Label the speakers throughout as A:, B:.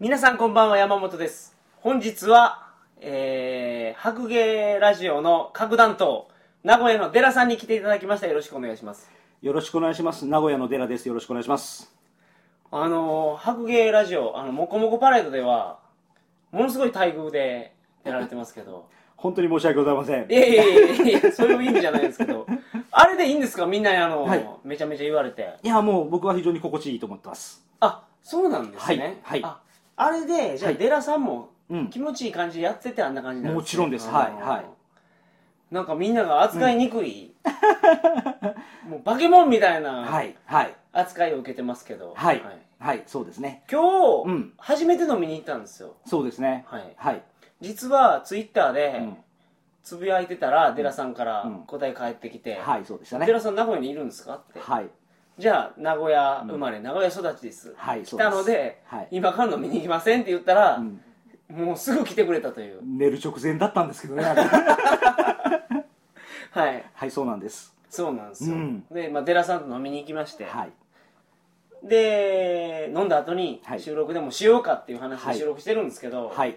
A: 皆さんこんばんは山本です本日は、えー、白芸ラジオの各担当名古屋のデラさんに来ていただきましたよろしくお願いします
B: よろしくお願いします。名古屋のデラです。よろしくお願いします。
A: あのー白芸ラジオあのもこもこパレードではものすごい待遇でやられてますけ ど
B: 本当に申し訳ございません
A: い。やいやいやいやそういう意味じゃないですけどあれでいいんですかみんなにあの、
B: はい
A: めちゃめちゃ言われて
B: いや、もう僕は非常に心地いいと思ってます。
A: あそうなんですね
B: はいはい
A: ああれでじゃあ、
B: はい
A: デラさんも
B: うん
A: 気持ちいい感じでやっててあんな感じなん
B: もちろんですはいは
A: い
B: い
A: なんかみんなが扱いにく い、もう化け物みたい
B: は、
A: ない
B: はい、
A: 扱いを受けてますけど、
B: はい、はい、そうですね。
A: 今日、
B: うん
A: 初めて飲みに行ったんですよ
B: そうですね。
A: はい
B: はい。
A: 実はツイッターで
B: うん
A: つぶやいてたら、デラさんから
B: うん
A: 答え返ってきて、
B: はい、そうでした
A: デ
B: ね。
A: ラさん名古屋にいるんですかって、
B: はい、
A: じゃあ名古屋生まれ、名古屋育ちです、
B: はい、
A: 来
B: そうです。
A: たので、
B: はい。
A: 今から飲みに行きませんって言ったら、
B: うん
A: もうすぐ来てくれたという
B: 寝る直前だったんですけどね。あれ
A: はい
B: はい、そうなんです。
A: そうなんですよ、
B: うん
A: で、まあ、デラさんと飲みに行きまして、
B: はい、
A: で飲んだ後に
B: はい
A: 収録でもしようかっていう話
B: は
A: で
B: い
A: 収録してるんですけど、
B: はい。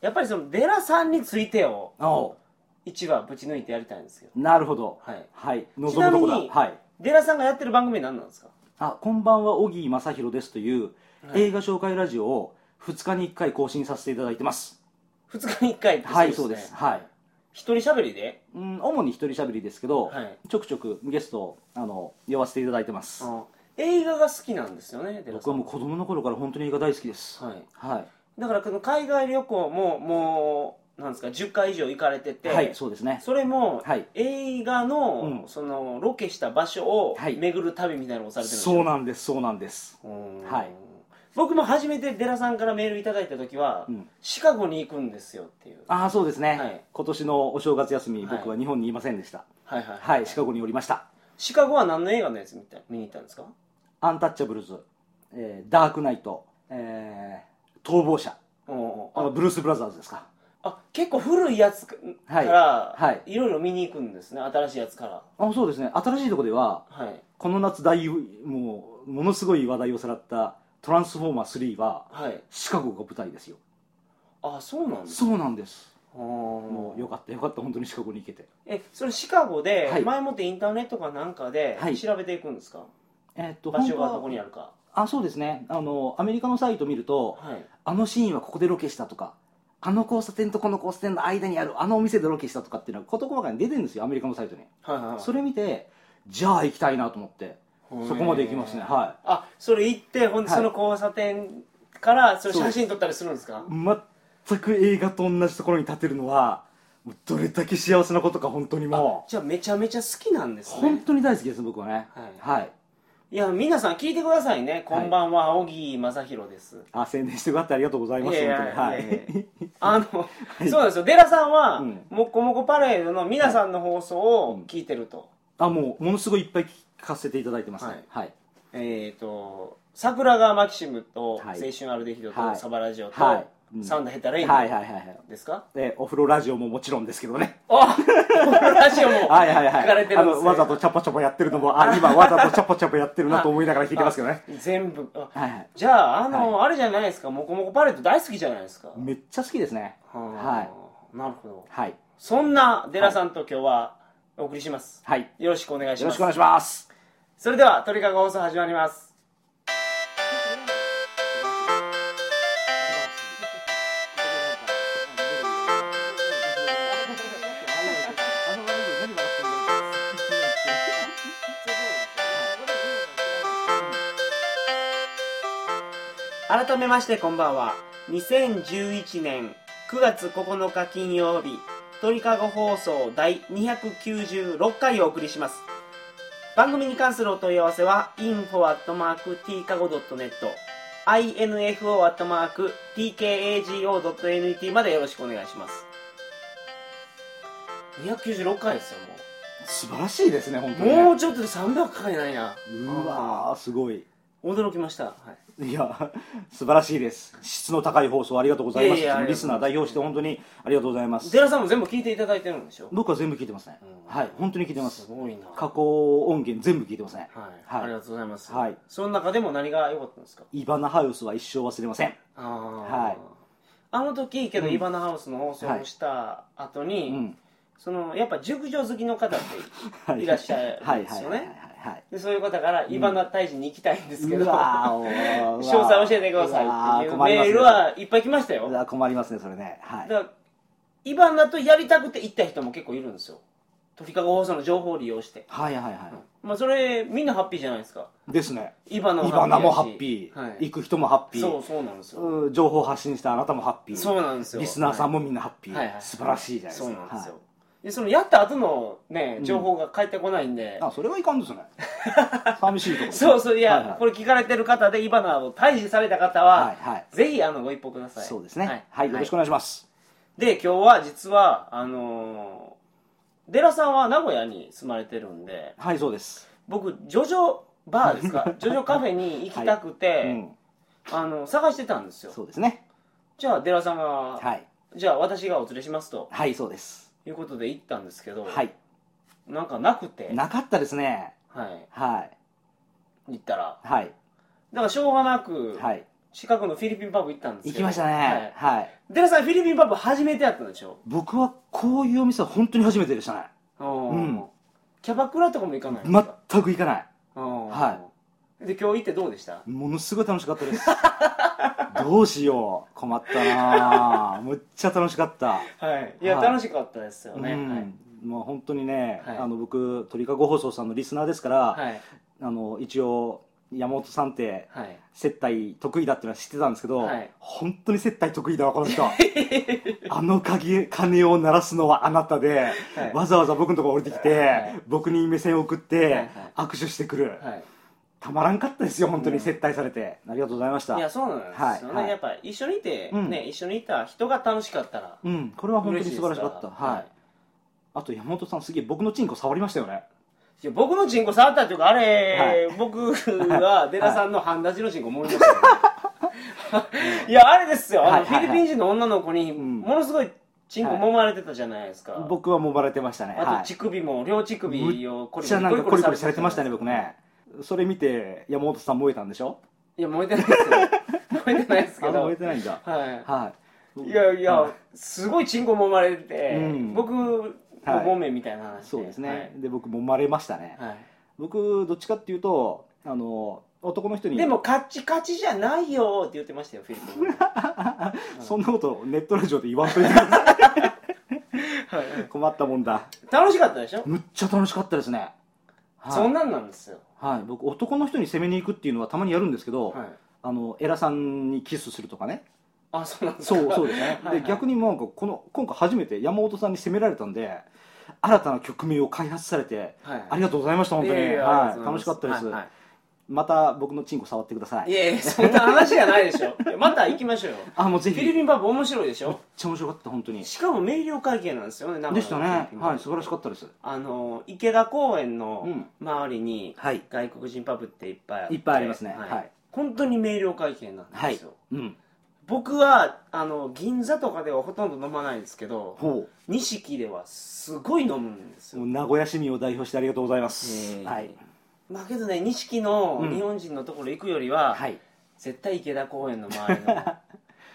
A: やっぱりそのデラさんについてを
B: お
A: 一話ぶち抜いてやりたいんですよ
B: うなるほど。
A: はい
B: はい。
A: ちなみ
B: 望む
A: に
B: とこだ。はい。
A: デラさんがやってる番組何なんですか
B: あ、こんばんは、小木正弘ですという
A: はい
B: 映画紹介ラジオを2日に1回更新させていただいてます。
A: 2日に1回って
B: はい、そうです。はい。
A: 一人しゃべりで、
B: うん、主に一人しゃべりですけど、
A: はい
B: ちょくちょくゲストをあの呼ばせていただいてます
A: 映画が好きなんですよねデラ
B: 僕
A: さ
B: は
A: ん
B: もう子供の頃から本当に映画大好きです
A: はい
B: はい、
A: だからこの海外旅行ももうなんですか10回以上行かれてて、
B: はい、そうですね
A: それも、
B: はい
A: 映画の,、
B: うん
A: そのロケした場所を
B: はい
A: 巡る旅みたいなのをされてるんです
B: そう
A: よ、
B: なんですそうなんです
A: うーん
B: はい
A: 僕も初めてデラさんからメールいただいた時は、
B: うん
A: シカゴに行くんですよっていう
B: ああそうですね、
A: はい
B: 今年のお正月休み
A: はい
B: 僕は日本にいませんでした
A: はいはい、
B: はい、シカゴにおりました
A: シカゴは何の映画のやつ見た見に行ったんですか
B: アンタッチャブルズ、えーダークナイト、えー逃亡者
A: お
B: あの
A: ー
B: ブルース・ブラザーズですか
A: ああ結構古いやつか
B: はい
A: ら、、
B: はい
A: ろいろ見に行くんですね新しいやつから
B: あそうですね新しいとこでは
A: はい
B: この夏大もうものすごい話題をさらった「トランスフォーマー3」は
A: はい
B: シカゴが舞台ですよ
A: あそうなんです
B: そうなんですも
A: も
B: うよかったよかった本当にシカゴに行けて
A: えそれシカゴで、
B: はい
A: 前もってインターネットかなんかで
B: はい
A: 調べていくんですか、
B: えーっと
A: 場所
B: 本当
A: が
B: は
A: どこにあるか
B: あそうですねあのアメリカのサイト見ると
A: はい
B: あのシーンはここでロケしたとかあの交差点とこの交差点の間にあるあのお店でロケしたとかっていうのは事細かに出てるんですよアメリカのサイトに
A: はいはい
B: それ見てじゃあ行きたいなと思ってそこまで行きますねは
A: あそれ行ってほんで
B: はい
A: その交差点からその
B: そう
A: 写真撮ったりするんですか
B: い全く映画と同じところに立てるのはもうどれだけ幸せなことか本当にもう
A: じゃあめちゃめちゃ好きなんです
B: 本
A: ね
B: 当に大好きです僕はね
A: はい
B: はい
A: いや皆さん聞いてくださいねこ
B: はい
A: んばんは小木正弘です
B: あ宣伝してくださってありがとうございます
A: いやいや
B: 本当にはい
A: いやいあのそう
B: い
A: なんですよデラさんは
B: うん
A: もこもこパレードの皆さんの放送を聞いてると
B: あもうものすごいいっぱい聞かせていただいてますねはい
A: えっと桜川マキシムと青
B: はい
A: 春アルデヒド
B: は
A: と
B: い
A: サバラジオと
B: はいうん
A: サウンドヘタ
B: は
A: レイ
B: い
A: ン
B: はいはいはい
A: ですか
B: でお風呂ラジオももちろんですけどね
A: あこのラジオも
B: はいはいはい
A: 聞かれてる
B: あ
A: んですね
B: のわざとチャポチャポやってるのもあ今わざとチャポチャポやってるなと思いながら聞いてますけどね
A: 全部あ
B: はいはい
A: じゃあ、あの、あれじゃないですか、もこもこパレット大好きじゃないですか。
B: めっちゃ好きですね
A: はあなるほど。
B: はい
A: そんなデラさんと今日はお送りします。
B: はい
A: よろしくお願いし
B: よろ
A: ます。
B: しくお願いします
A: それでは、鳥かご放送始まります。改めましてこんばんは2011年9月9日金曜日鳥かご放送第296回をお送りします番組に関するお問い合わせは info.tkago.net info.tkago.net までよろしくお願いします296回ですよ
B: 素晴らしいですね本当
A: も
B: に
A: う
B: ね
A: もうちょっとで300回なんや
B: うわーすごい
A: お驚きました。はい
B: いや、素晴らしいです。質の高い放送ありがとうございま
A: いやいや
B: す。リスナー代表して本当にありがとうございます。
A: 寺さんも全部聞いていただいてるんでしょ
B: 僕は全部聞いてますね。
A: うん
B: はい、本当に聞いてます
A: す。ごいな。
B: 加工音源全部聞いてますね。
A: はい、
B: はい
A: ありがとうございます。
B: はい
A: その中でも何が良かったんですか。
B: イバナハウスは一生忘れません。
A: ああ。
B: はい。
A: あの時けど、
B: うん
A: イバナハウスの放送をした後に、
B: うん。
A: そのやっぱ熟女好きの方って
B: はい
A: らっしゃる
B: はい
A: んで
B: は
A: す
B: い
A: よ
B: はいはい
A: ね。
B: はい。
A: でそういう方からイバナ退治に行きたいんですけど、
B: うわーおーうわー
A: 詳細教えてくださいっていうう
B: わー困り
A: メー
B: ますね
A: ルはいっぱい来ましたよ。
B: う
A: だか
B: わ困りますね、それね。はい。
A: らイバナとやりたくて行った人も結構いるんですよ。鳥かご放送の情報を利用して。
B: はいはいは
A: まあそれみんなハッピーじゃないですか。
B: い。ですね。
A: イバナ
B: イバナもハッ
A: やし
B: ピ
A: はい
B: ー。行く人もハッピ
A: そう
B: ー。
A: そうなんですよ、
B: うん情報発信したあなたもハッピー。
A: そうなんですよ
B: リスナーさん
A: も
B: もみんなハッピー。素晴らしいじゃないです
A: そ
B: か。
A: うなんですよ、
B: は
A: でそのやった後のね
B: うん
A: 情報が返ってこないんで、
B: あ、それはいかん ですね。寂しいところ。
A: そうそういや、
B: はは
A: これ聞かれてる方でイバナを退治された方は、
B: はいはい。
A: ぜひあのご一報ください
B: そうですね。はい、よろしくお
A: はい
B: 願いします。
A: で今日は実はあのーデラさんは名古屋に住まれてるんで
B: はい、そうです。
A: 僕ジョジョバーです かジョジョカフェに行きたくて、
B: うん。
A: あの探してたんですよ
B: そうですね。
A: じゃあデラさんは、
B: はい。
A: じゃあ私がお連れしますと
B: はい、そうです。
A: いうことで行ったんですけど、
B: はい。
A: なんかなくて、
B: なかったですね。
A: はい、
B: はい。
A: 行ったら
B: はい。
A: だからしょうがなく、
B: はい。
A: 近くのフィリピンパブ行ったんですけ
B: 行
A: ど
B: きましたね。
A: はい
B: はい。
A: デラさんフィリピンパブ初めてやったんでしょ
B: 僕はこういうお店は本当に初めてでしたね。
A: うんキャバクラとかも行かないんですか
B: 全く行かない。はい
A: で今日行ってどうでした
B: い。ものすごい楽しかった です。どうしよう。困ったなぁむっちゃ楽しかった。
A: はいいや、
B: はい
A: 楽しかったですよ
B: う
A: ね、
B: ん。もう本当にね、
A: はい
B: あの僕、鳥かご放送さんのリスナーですから、
A: はいはい
B: あの一応、山本さんって
A: はい
B: 接待得意だってのは知ってたんですけど、
A: はい
B: 本当に接待得意だわこの 人あの鍵鐘を鳴らすのはあなたで、
A: はい
B: わざわざ僕のところ降りてきて、
A: はい
B: 僕に目線を送っ
A: い
B: て、
A: はい
B: 握手してくる、
A: はい
B: たまらんかったですよ本当
A: う
B: に
A: ん
B: 接待されて、ありがとうございました
A: いやそうなんですよね、
B: はいはい
A: やっぱ一緒にいて、
B: うん
A: ね一緒にいた人が楽しかったら
B: うんこれは本当
A: 嬉
B: に
A: しいで
B: 素
A: すか
B: 晴
A: ら
B: らしかったはい、あと山本さんすげえ僕のチンコ触りましたよね
A: いや僕のチンコ触ったというかあれ、僕はデラさんの半立ちのチンコ思いましたよ、ねいやあれですよ、あの
B: はいはいはい
A: フィリピン人の女の子に
B: ん
A: ものすごいチンコ揉まれてたじゃないですか、
B: 僕はもうバレてましたね
A: あ
B: は
A: と
B: い
A: 乳首も両乳首をコ
B: む
A: リ
B: っち
A: コ
B: ゃ
A: リ
B: なんかコリコリされてましたね
A: コリコ
B: 僕
A: リ
B: ねそれ見て山本さん燃えたんでしょ
A: いや燃えてないです よ燃えてないですけ
B: あ
A: ど
B: 燃えてないんだ
A: は
B: はい。
A: い、いやいや、
B: は
A: すごいチンコ揉まれて、
B: うん
A: 僕のごめんみたいな話で、
B: そうですね。で、僕、揉まれましたね。
A: はい、は
B: 僕、どっちかっていうと、あの、男の人
A: い
B: に、
A: でもカッチカチじゃないよって言ってましたよフィリピン人
B: そんなことネットラジオで言わんといてくださ
A: はいはい
B: い 困ったもんだ。
A: 楽しかったでしょ、
B: むっちゃ楽しかったですね。はい、
A: そんなんなんですよ、
B: はい、僕、男の人に攻めに行くっていうのはたまにやるんですけど、
A: はい、
B: あの、エラさんにキスすると かね。
A: あそうなんですか。
B: そう、そうですね
A: はいはい
B: で、逆にもうなんか、この、今回初めて山本さんに攻められたんで、新たな局面を開発されて、
A: はい
B: ありがとうございました、本当に。
A: いやいやあ
B: は
A: り
B: い、
A: がとう
B: 楽
A: ご
B: し
A: ざい
B: かった
A: ま
B: です。
A: はいはい
B: また僕のチンコ触ってください
A: いやいやそんな話じゃないで しょいやまた行きましょうよ
B: あもう
A: フ
B: ぜひ
A: ィリ
B: めっ
A: ピンパブ面白いでしょ
B: ちゃ面白かった本当に
A: しかも明瞭会計なんですよね
B: でしたねはい素晴ら
A: し
B: しかったです
A: あの池田公園の
B: うん
A: 周りに
B: はい
A: 外国人パブっていっぱいあって
B: いっぱいありますね
A: は
B: はい
A: 本当に明瞭会計なんですよ、
B: うん
A: 僕はあの銀座とかではほとんど飲まないんですけど
B: ほ
A: 錦ではすごい飲むんです
B: う
A: よ
B: もう名古屋市民を代表してありがとうございます
A: えー
B: はい
A: まあけどね錦の
B: うん
A: 日本人のところ行くよりは、
B: はい
A: 絶対池田公園の周りの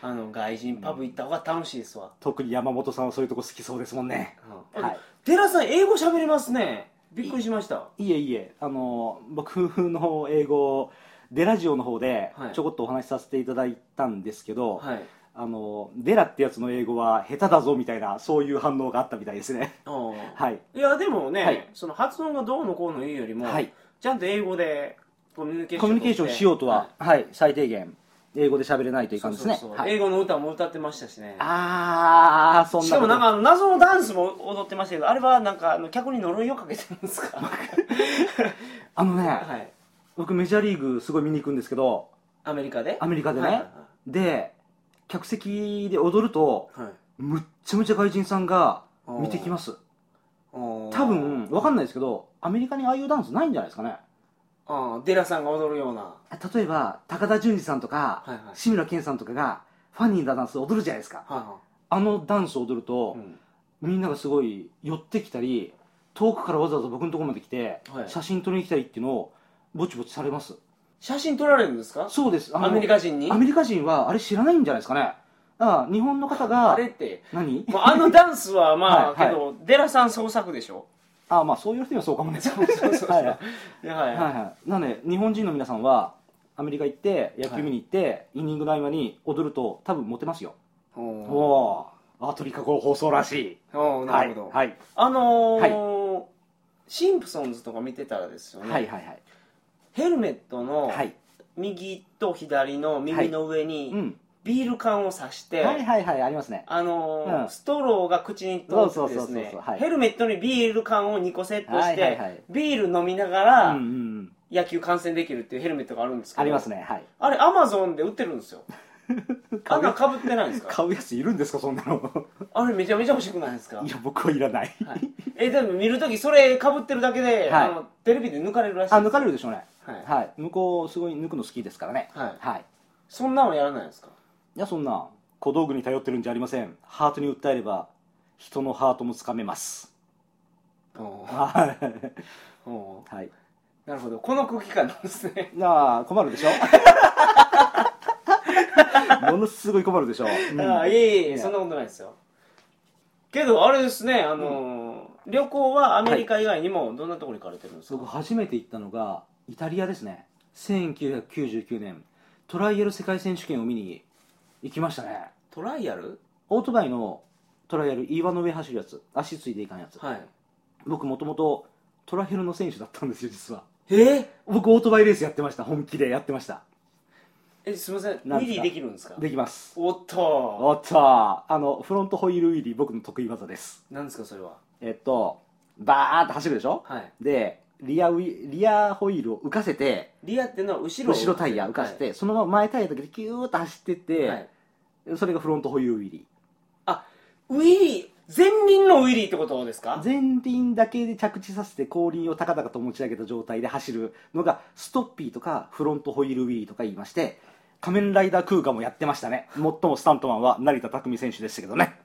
A: あの外人パブ行った方が楽しいですわ、
B: 特に山本さんはそういうとこ好きそうですもんね
A: うん
B: はい
A: 寺さん英語喋れますねびっくりしました
B: いえいえあの僕の英語デラジオの方で
A: はい
B: ちょこっとお話しさせていただいたんですけど、
A: はい
B: あのデラってやつの英語は下手だぞみたいなそういう反応があったみたいですね
A: おー
B: はい
A: いやでもね、
B: はい
A: その発音がどうのこうの言うよりも、
B: はい
A: ちゃんと英語でコミュニケーショ
B: コ
A: ン
B: ミュニケーションしようとは、はい最低限英語で喋れないとい
A: 取って
B: かんですね
A: そうそうそう
B: はい
A: 英語の歌も歌ってましたしね
B: ああそんな
A: しかもなん
B: か
A: かあの謎のダンスも踊ってましたけどあれはなんかあの客に呪いをかけてるんですか
B: あのね、
A: はい
B: 僕メジャーリーグすごい見に行くんですけど
A: アメリカで
B: アメリカでね、
A: はいはい
B: で客席で踊ると
A: はいはい
B: むっちゃむちゃ外人さんが
A: おー
B: 見てきます
A: おー
B: 多分わかんないですけどアメリカにああいうダンスないんじゃないですかね
A: ああデラさんが踊るような
B: 例えば高田純次さんと
A: は
B: か、
A: いはい
B: 志村けんさんとかがファニーなダンス踊るじゃないですか
A: は
B: あのダンス踊ると
A: い、うん
B: みんながすごい寄ってきたり遠くからわざわざ僕のところまで来て、
A: はい
B: 写真撮りに来たりっていうのをぼちぼちされます
A: 写真撮られるんですか
B: そうですあの
A: アメリカ人に
B: アメリカ人はあれ知らないんじゃないですかねだから日本の方が
A: あれって
B: 何
A: まああのダンス はまあ、
B: はいはい
A: けどデラさん創作でしょ
B: あまあそういう人にはそうかもねそう
A: そうそう
B: はいはい
A: いやはい、
B: はいはいなので日本人の皆さんはアメリカ行って野球見に行って、イニングの合間に踊ると多分モテますよ
A: お
B: お
A: お
B: おーアトリカ号放送らしい
A: おーなるほど、
B: はいはい
A: あのーシンプソンズとか見てたらですよね、
B: はいはいはい
A: ヘルメットの
B: はい
A: 右と左の耳の上
B: う
A: に
B: ん
A: ビール缶を刺して、
B: はいはいはいありますね
A: あのー
B: うん
A: ストローが口に通
B: そう
A: っ
B: そ
A: てで
B: うそう
A: す
B: そう
A: ね
B: はい
A: ヘルメットにビール缶を2個セットして、
B: はいはいはい
A: ビール飲みなが
B: うんう
A: ら
B: んうん
A: 野球観戦できるっていうヘルメットがあるんですけど
B: ありますねはい
A: あれアマゾンで売ってるん ですよあんなん
B: や
A: かぶってないんですか
B: 買うやついるんですかそんな の
A: あれめちゃめちゃ欲しくないですか
B: いや僕はいらない
A: はい、えでも見るときそれかぶってるだけで、
B: はい
A: あのテレビで抜かれるらしい
B: あ抜
A: か
B: かれるでしょうね
A: はい、
B: はい向こうすごい抜くの好きですからね
A: はい
B: はい
A: そんなのやらないですか
B: いやそんな小道具に頼ってるんじゃありませんハートに訴えれば人のハートもつかめます
A: おー
B: はい
A: おー
B: はい
A: なるほどこの空気感なんですね
B: なあ困るでしょ ものすごい困るでしょ、うん
A: ああいえいえ
B: いや
A: そんなことないですよけどあれですねあのー旅行はアメリカ以外にもどんなところに行かれてるんですか、
B: 僕初めて行ったのがイタリアですね1999年トライアル世界選手権を見に行きましたね
A: トライアル
B: オートバイのトライアル岩の上走るやつ足ついていかんやつ
A: はい
B: 僕もともとトラヘルの選手だったんですよ実は
A: えー
B: 僕オートバイレースやってました本気でやってました
A: えすみません
B: なんですか
A: ミリできるんですか
B: できます
A: おっと
B: おっとあのフロントホイールウィリー僕の得意技です
A: なんですかそれは
B: えっとバーッと走るでしょ
A: はい
B: でリアウィリアホイールを浮かせて
A: リアっていうのは後ろを
B: 後ろタイヤ浮かせて、そのまま前タイヤだけでキューッと走ってって、
A: はいはい
B: それがフロントホイールウィリ
A: ウィリー前輪のウィリーってことですか
B: ー前輪だけで着地させて後輪を高々と持ち上げた状態で走るのがストッピーとかフロントホイールウィリーとか言いまして仮面ライダー空ガもやってましたね最もスタントマンは成田匠選手でしたけどね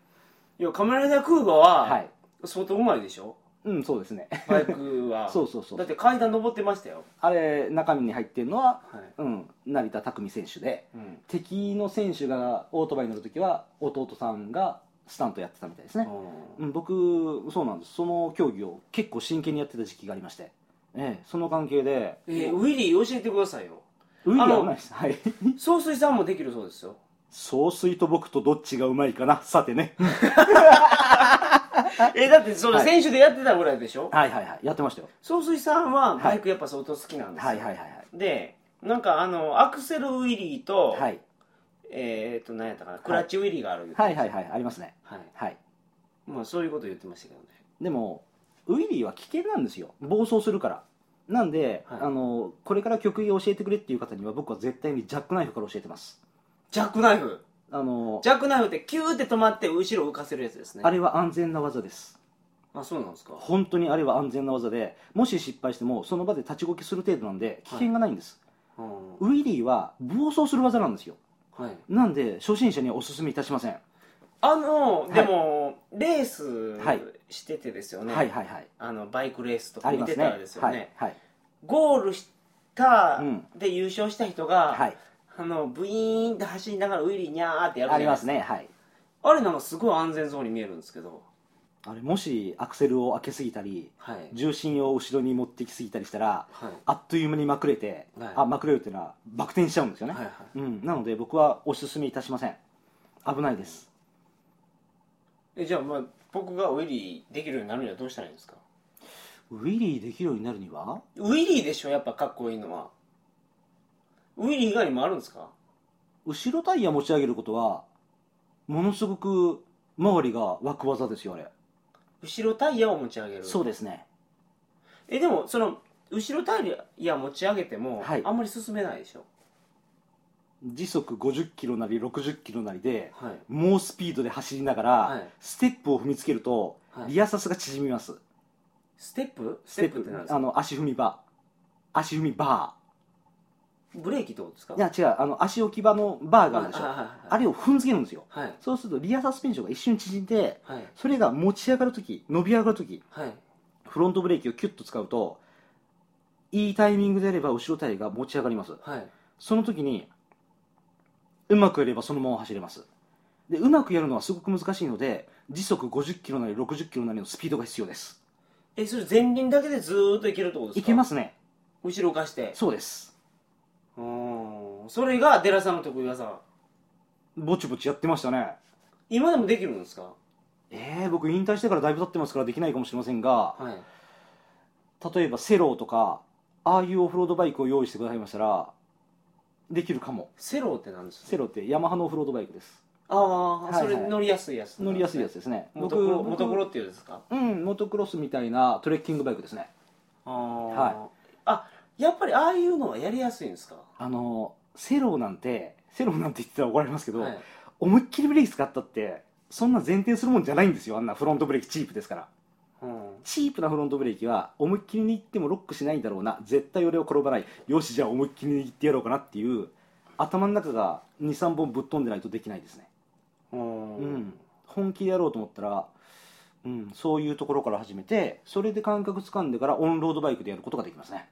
A: いや、カメライダー空ガは、
B: はい
A: 相当うまいでしょ
B: うんそうですね
A: バイク は。
B: そうそうそう
A: だって階段登ってましたよ。
B: あれ中身に入ってるのは、
A: はい。
B: うん、成田匠選手で
A: うん。
B: 敵の選手がオートバイに乗る時は弟さんがスタントやってたみたいですね、うん、僕そうなんですその競技を結構真剣にやってた時期がありまして、ええ、その関係で
A: えーウィリー教えてくださいよ。
B: ウィリア
A: あの
B: ムないですはい
A: 総帥さんもできるそうですよ。
B: 総帥と僕とどっちがうまいかなさてね
A: えーだってそれ
B: はい
A: 選手でやってたぐらいでしょ、
B: はいはいはいやってましたよ
A: 総帥さんは
B: はい
A: バイクやっぱ相当好きなんですよ。
B: はいはいはいはい
A: で、なんかあの、アクセルウィリーと、
B: はい
A: えっ、と、何やったかな、クラッチウィリーがある言うて
B: はいはいはいありますね
A: はい。
B: はい
A: まあそういうこと言ってましたけどね。
B: でもウィリーは危険なんですよ暴走するからなんで、
A: はい
B: あのこれから曲芸を教えてくれっていう方には僕は絶対にジャックナイフから教えてます
A: ジャックナイフ。
B: あの
A: ジャックナイフってキューって止まって後ろ浮かせるやつですね。
B: あれは安全な技です
A: あ、そうなんですか。
B: 本当にあれは安全な技でもし失敗してもその場で立ち動きする程度なんで危険がないんです、
A: うん
B: ウィリーは暴走する技なんですよ
A: はい、
B: なんで初心者にはおすすめいたしません、
A: あの、
B: い
A: でもレー
B: はい
A: スしててですよね、
B: はいはいはい
A: あのバイクレースと
B: あ
A: か
B: り
A: 見
B: ま
A: て
B: す
A: たら
B: ね
A: ですよね
B: はいはい
A: ゴールした
B: うん
A: で優勝した人が、
B: はい
A: あのブイーンって走りながらウィリーニャーってやるじ
B: あ
A: ゃな
B: り
A: いで
B: ます
A: すか
B: ねはい
A: あれなんかすごい安全そうに見えるんですけど、
B: あれもしアクセルを開けすぎたり
A: はい
B: 重心を後ろに持ってきすぎたりしたら
A: はい
B: あっという間にまくれて、
A: はい
B: あまくれるっていうのはバク転しちゃうんですよね、
A: はいはい
B: うん、なので僕はおすすめいたしません危ないです
A: えじゃあ、まあ、僕がウィリーできるようになるにはどうしたらいいんですか
B: ウィリーできるようになるには
A: ウィリーでしょやっぱかっこいいのはウィリー以外にもあるんですか
B: 後ろタイヤ持ち上げることはものすごく周りが湧く技ですよあれ
A: 後ろタイヤを持ち上げる
B: そうですね
A: えでもその後ろタイヤ持ち上げても、
B: はい
A: あんまり進めないでしょ
B: 時速50キロなり60キロなりで
A: はい
B: 猛スピードで走りながら、
A: はい
B: ステップを踏みつけると、
A: はい
B: リアサスが縮みます
A: ステップス
B: ス
A: テ
B: テ
A: ップ
B: ッ
A: って
B: プ
A: なんです
B: あ
A: か
B: の足踏み場足踏みバ
A: ブレーキってことですか
B: ーいや違うあの足置き場のバーがあるでしょあ
A: れ
B: れを踏んづけるんですよ
A: はい
B: そうするとリアサスペンションが一瞬縮んで
A: はい
B: それが持ち上がるとき伸び上がるとき
A: はい
B: フロントブレーキをキュッと使うといいタイミングであれば後ろタイヤが持ち上がります
A: はい
B: その時にうまくやればそのまま走れますでうまくやるのはすごく難しいので時速50キロなり60キロなりのスピードが必要です
A: えそれ前輪だけでずーっといけるってことですか
B: いけますすね
A: 後ろを貸して
B: そうです
A: うーんそれがデラさんの得意技
B: ぼちぼちやってましたね
A: 今でもできるんですか
B: えー、僕引退してからだいぶ経ってますからできないかもしれませんが
A: はい
B: 例えばセローとかああいうオフロードバイクを用意してくださいましたらできるかも
A: セローって何ですか
B: セローってヤマハのオフロードバイクです
A: ああ、
B: はいはい
A: それ乗りやすいやつ
B: 乗りやすいやつですね
A: モトクロ
B: 僕
A: モトクロっていうんですか
B: うんモトクロスみたいなトレッキングバイクですね
A: ああ、、
B: はい
A: あやっぱりああいうのはやりやすいんですか
B: あのセローなんてセローなんて言ってたら怒られますけど、
A: はい、
B: 思いっきりブレーキ使ったってそんな前提するもんじゃないんですよあんなフロントブレーキチープですから
A: うん
B: チープなフロントブレーキは思いっきりに行ってもロックしないんだろうな絶対俺を転ばないよしじゃあ思いっきりに行ってやろうかなっていう頭の中が23本ぶっ飛んでないとできないですね
A: うん
B: うん本気でやろうと思ったら、うん、そういうところから始めてそれで感覚つかんでからオンロードバイクでやることができますね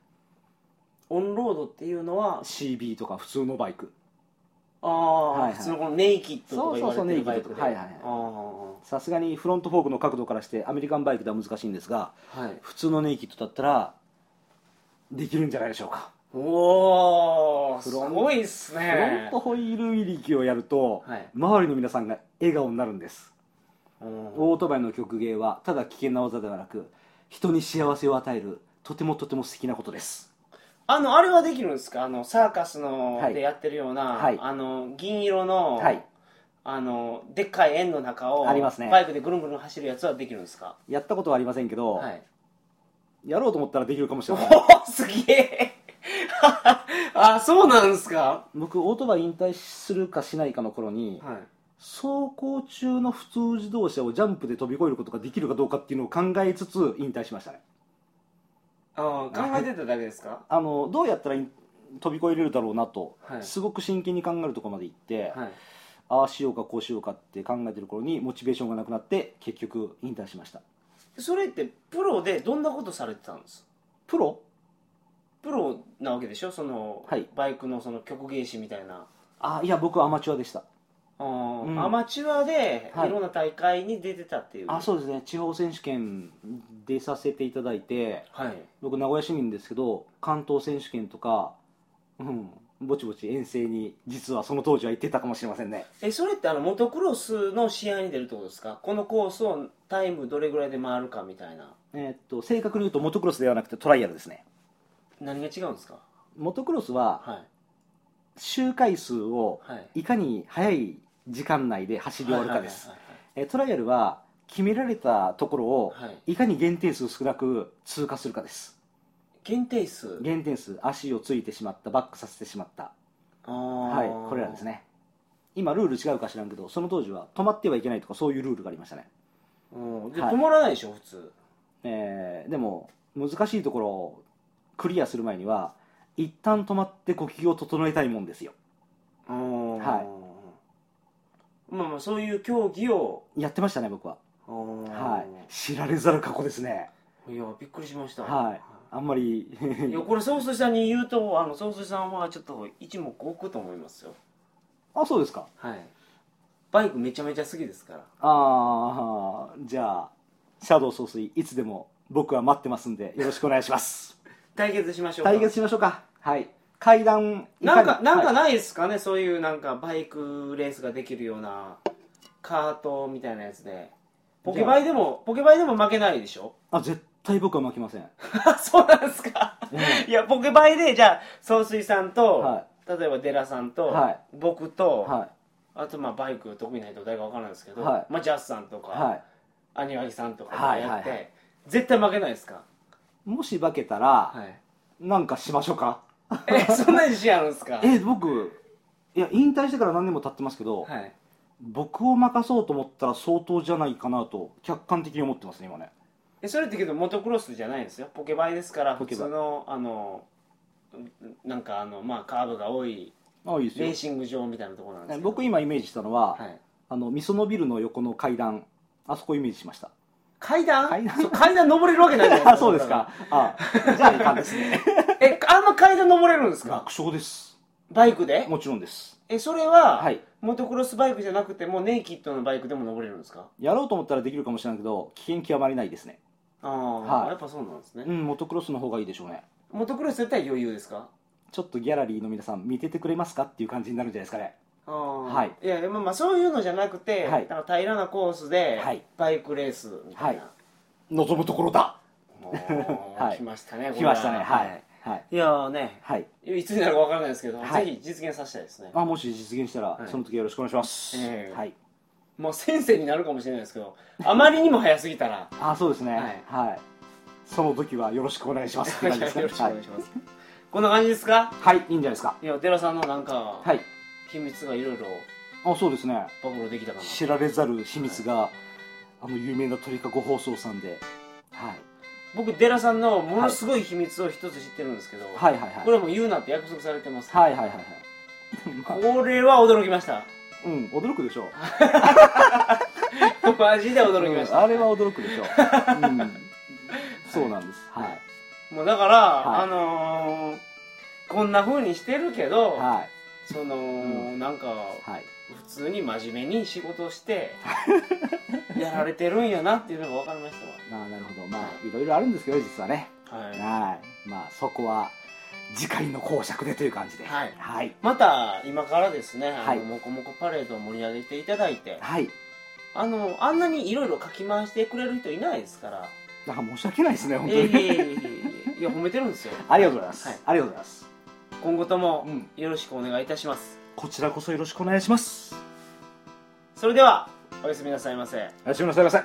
A: オンロードっていうのは
B: CB とか普通のバイク
A: あ
B: はいは
A: あ
B: い
A: 普通のこのネイキッドとか言われてる
B: そうそうそう
A: バイクで
B: ネイキッドとかはいはいはい
A: あ
B: さすがにフロントフォークの角度からしてアメリカンバイクでは難しいんですが
A: あはい
B: 普通のネイキッドだったらできるんじゃないでしょうか、
A: おおす
B: フロン
A: ごいっす
B: フロ
A: ね
B: ントホイール入り機をやると、
A: はい
B: 周りの皆さんが笑顔になるんです
A: うん
B: オートバイの曲芸はただ危険な技ではなく人に幸せを与えるとてもとても素敵なことです
A: あのあれはできるんですかあのサーカスの
B: はい
A: でやってるような、
B: はい
A: あの銀色の、
B: はい
A: あのでっかい円の中を
B: ありますね
A: バイクでぐるんぐるん走るやつはできるんですか
B: やったことはありませんけど、
A: はい
B: やろうと思ったらできるかもしれ ない
A: おおすげえ あそうなんですか
B: 僕オートバイ引退するかしないかの頃に
A: はい
B: 走行中の普通自動車をジャンプで飛び越えることができるかどうかっていうのを考えつつ引退しましたね
A: あー考えてただけですか
B: あのどうやったらい飛び越えれるだろうなと、
A: はい
B: すごく真剣に考えるところまで行って、
A: はい
B: ああしようかこうしようかって考えてる頃にモチベーションがなくなって結局引退しました
A: それってプロでどんなことされてたんです
B: プロ
A: プロなわけでしょその、
B: はい
A: バイクのその曲芸師みたいな
B: あいや僕はアマチュアでした、
A: あー、
B: うん
A: アマチュアで
B: はい
A: いろんな大会に出てたっていう、
B: あそうですね地方選手権出させていただいて
A: はい
B: 僕名古屋市民ですけど関東選手権とかうんぼちぼち遠征に実はその当時は行ってたかもしれませんね
A: えそれってあのモトクロスの試合に出るってことですかこのコースをタイムどれぐらいで回るかみたいな
B: えーっと正確に言うとモトクロスではなくてトライアルですね
A: 何が違うんですか
B: モトクロスは
A: はい
B: 周回数を
A: はい
B: いかに早い時間内で走り終わるかです
A: はい
B: えートライアルは決められたところを
A: はいはいはい
B: いかに減点数少なく通過するかです
A: 限定数
B: 減点数足をついてしまったバックさせてしまったは
A: はい
B: これらですね今ルール違うか知らんけどその当時は止まってはいけないとかそういうルールがありましたね、
A: うんで
B: はい
A: 止まらないでしょ普通
B: えーでも難しいところをクリアする前には一旦止まって呼吸を整えたいもんですよ
A: はまあまあそういう競技を
B: やってましたね僕は、は、
A: はい
B: 知られざる過去ですね
A: いいやびっくりしました
B: はいあんまり
A: いやこれ総帥さんに言うとあの総帥さんはちょっと一目置くと思いますよ
B: あそうですか
A: はいバイクめちゃめちゃ好きですから
B: ああじゃあシャドウ総帥いつでも僕は待ってますんでよろしくお願いします
A: 対決しましょうか
B: 対決しましょうかはい階段い
A: なんか
B: に
A: なん
B: は
A: か
B: い
A: ないですかね、そういうなんかバイクレースができるようなカートみたいなやつでポケバイでもポケバイでも負けないでしょ
B: あ絶対僕は負けません、
A: そうなんですか
B: うん
A: いやポケバイでじゃあ総帥さんと、
B: は
A: 例えばデラさんと、
B: はい
A: 僕と、
B: は
A: あとまあバイク得意な人誰か分からないですけど、
B: はい
A: まあ、ジャスさんとか、
B: い、はい
A: アニワギさんとか
B: はい
A: やって、
B: はいはい
A: 絶対負けないですか
B: もし化けたら、
A: はい
B: なんかしましょうか
A: えそんな自信あるんですか
B: え僕いや引退してから何年も経ってますけど、
A: はい
B: 僕を任そうと思ったら相当じゃないかなと客観的に思ってますね今ね
A: えそれってけどモトクロスじゃないんですよポケバイですから
B: ポ
A: 普
B: ケバイ
A: 通のあのなんかあのまあカーブが多い
B: ああいいですよ
A: レーシング場みたいなところなんです
B: え
A: けど
B: 僕今イメージしたのは、
A: はい、
B: あのみそのビルの横の階段あそこイメージしました
A: 階段
B: 階段
A: そう階段登れるわけないじゃない
B: あ そうですかあじゃあいかんです ね
A: えあんま階段登れるんです
B: 楽
A: か
B: 勝です
A: バイクで
B: もちろんです
A: えそれは、
B: はい
A: モトクロスバイクじゃなくてもネイキッドのバイクでも登れるんですか
B: やろうと思ったらできるかもしれないけど危険極まりないですね
A: ああ、
B: はい
A: やっぱそうなんですね、
B: うんモトクロスの方がいいでしょうね
A: モトクロス絶対余裕ですか
B: ちょっとギャラリーの皆さん見ててくれますかっていう感じになるんじゃないですかね
A: ああ
B: はい
A: いやまあまあそういうのじゃなくて、
B: はい
A: なんか平らなコースで、
B: はい
A: バイクレースみたいな、
B: は望むところだ
A: もう
B: はい
A: 来ましたねこ
B: 来
A: れは
B: ましたねはいはい
A: いやーね
B: はい
A: いつになるか分からないですけど、
B: はい
A: ぜひ実現させたいですね
B: まあもし実現したら、
A: い
B: その時はよろしくお願いします、
A: ええ
B: はい
A: もう先生になるかもしれないですけどあまりにも早すぎたら
B: あそうですね
A: は
B: はいい、その時はよろしくお願いしますって
A: よろ
B: 感
A: しく
B: じです
A: お
B: か
A: 願い
B: ね
A: し
B: はい、
A: ますこんな感じですか
B: はい、いいんじゃないですか
A: いや寺さんのなんか
B: はい
A: 秘密がいろいろ
B: あそうですね
A: 暴露できたかな
B: 知られざる秘密が、あの有名な鳥かご放送さんで、はい、
A: 僕寺さんのものすごい秘密を一つ知ってるんですけど、
B: はいはいはい
A: これはもう言うなって約束されてます、
B: はいはいはいはいまあ
A: これは驚きました
B: うん驚くでしょう
A: マジで驚きまし
B: うん
A: た、
B: あれは驚くでしょう、 うん、そうなんですはい
A: もうだから、
B: はい
A: あのーこんな風にしてるけど、
B: はい
A: その、
B: う
A: なんか
B: はい
A: 普通に真面目に仕事をして やられてるんやなっていうのが分かりまし
B: まあなるほどまあいろいろあるんですけどね実はね
A: たわ、はい
B: はいまあそこは次回の講釈でという感じで
A: はい
B: はい、
A: また今からですね、
B: はい
A: あのもこもこパレードを盛り上げていただいて
B: はい
A: あのあんなにいろいろ書き回してくれる人いないですから
B: なんか申し訳ないですね本当
A: いや
B: に、
A: いやいやいやいや褒めてるんですよ
B: ありがとうございます、
A: はい
B: ありがとうございます、
A: 今後とも
B: うん、
A: よろしくお願いいたします
B: こちらこそよろしくお願いします
A: それではおやすみなさいませ
B: おやすみなさいませ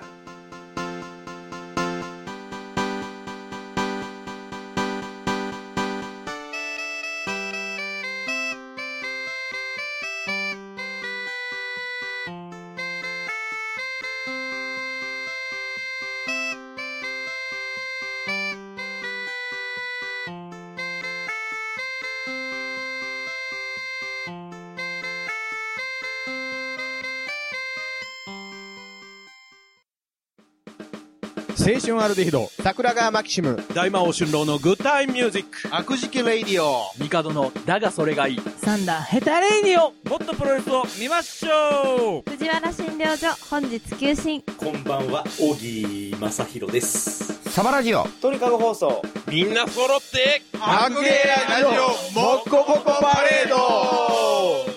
C: 青春アルデヒド
D: 桜川マキシム
C: 大魔王春郎のグッタイムミュージック
D: 悪事記レイディオ
C: 帝のだがそれがいい
E: サンダーヘタレイディオ
C: もっとプロレスを見ましょう
F: 藤原診療所本日休診
G: こんばんは、小木正弘です。
D: サバラジオ
A: 鳥かご放送
C: みんな揃って
D: 白芸ラジオもっこもこパレード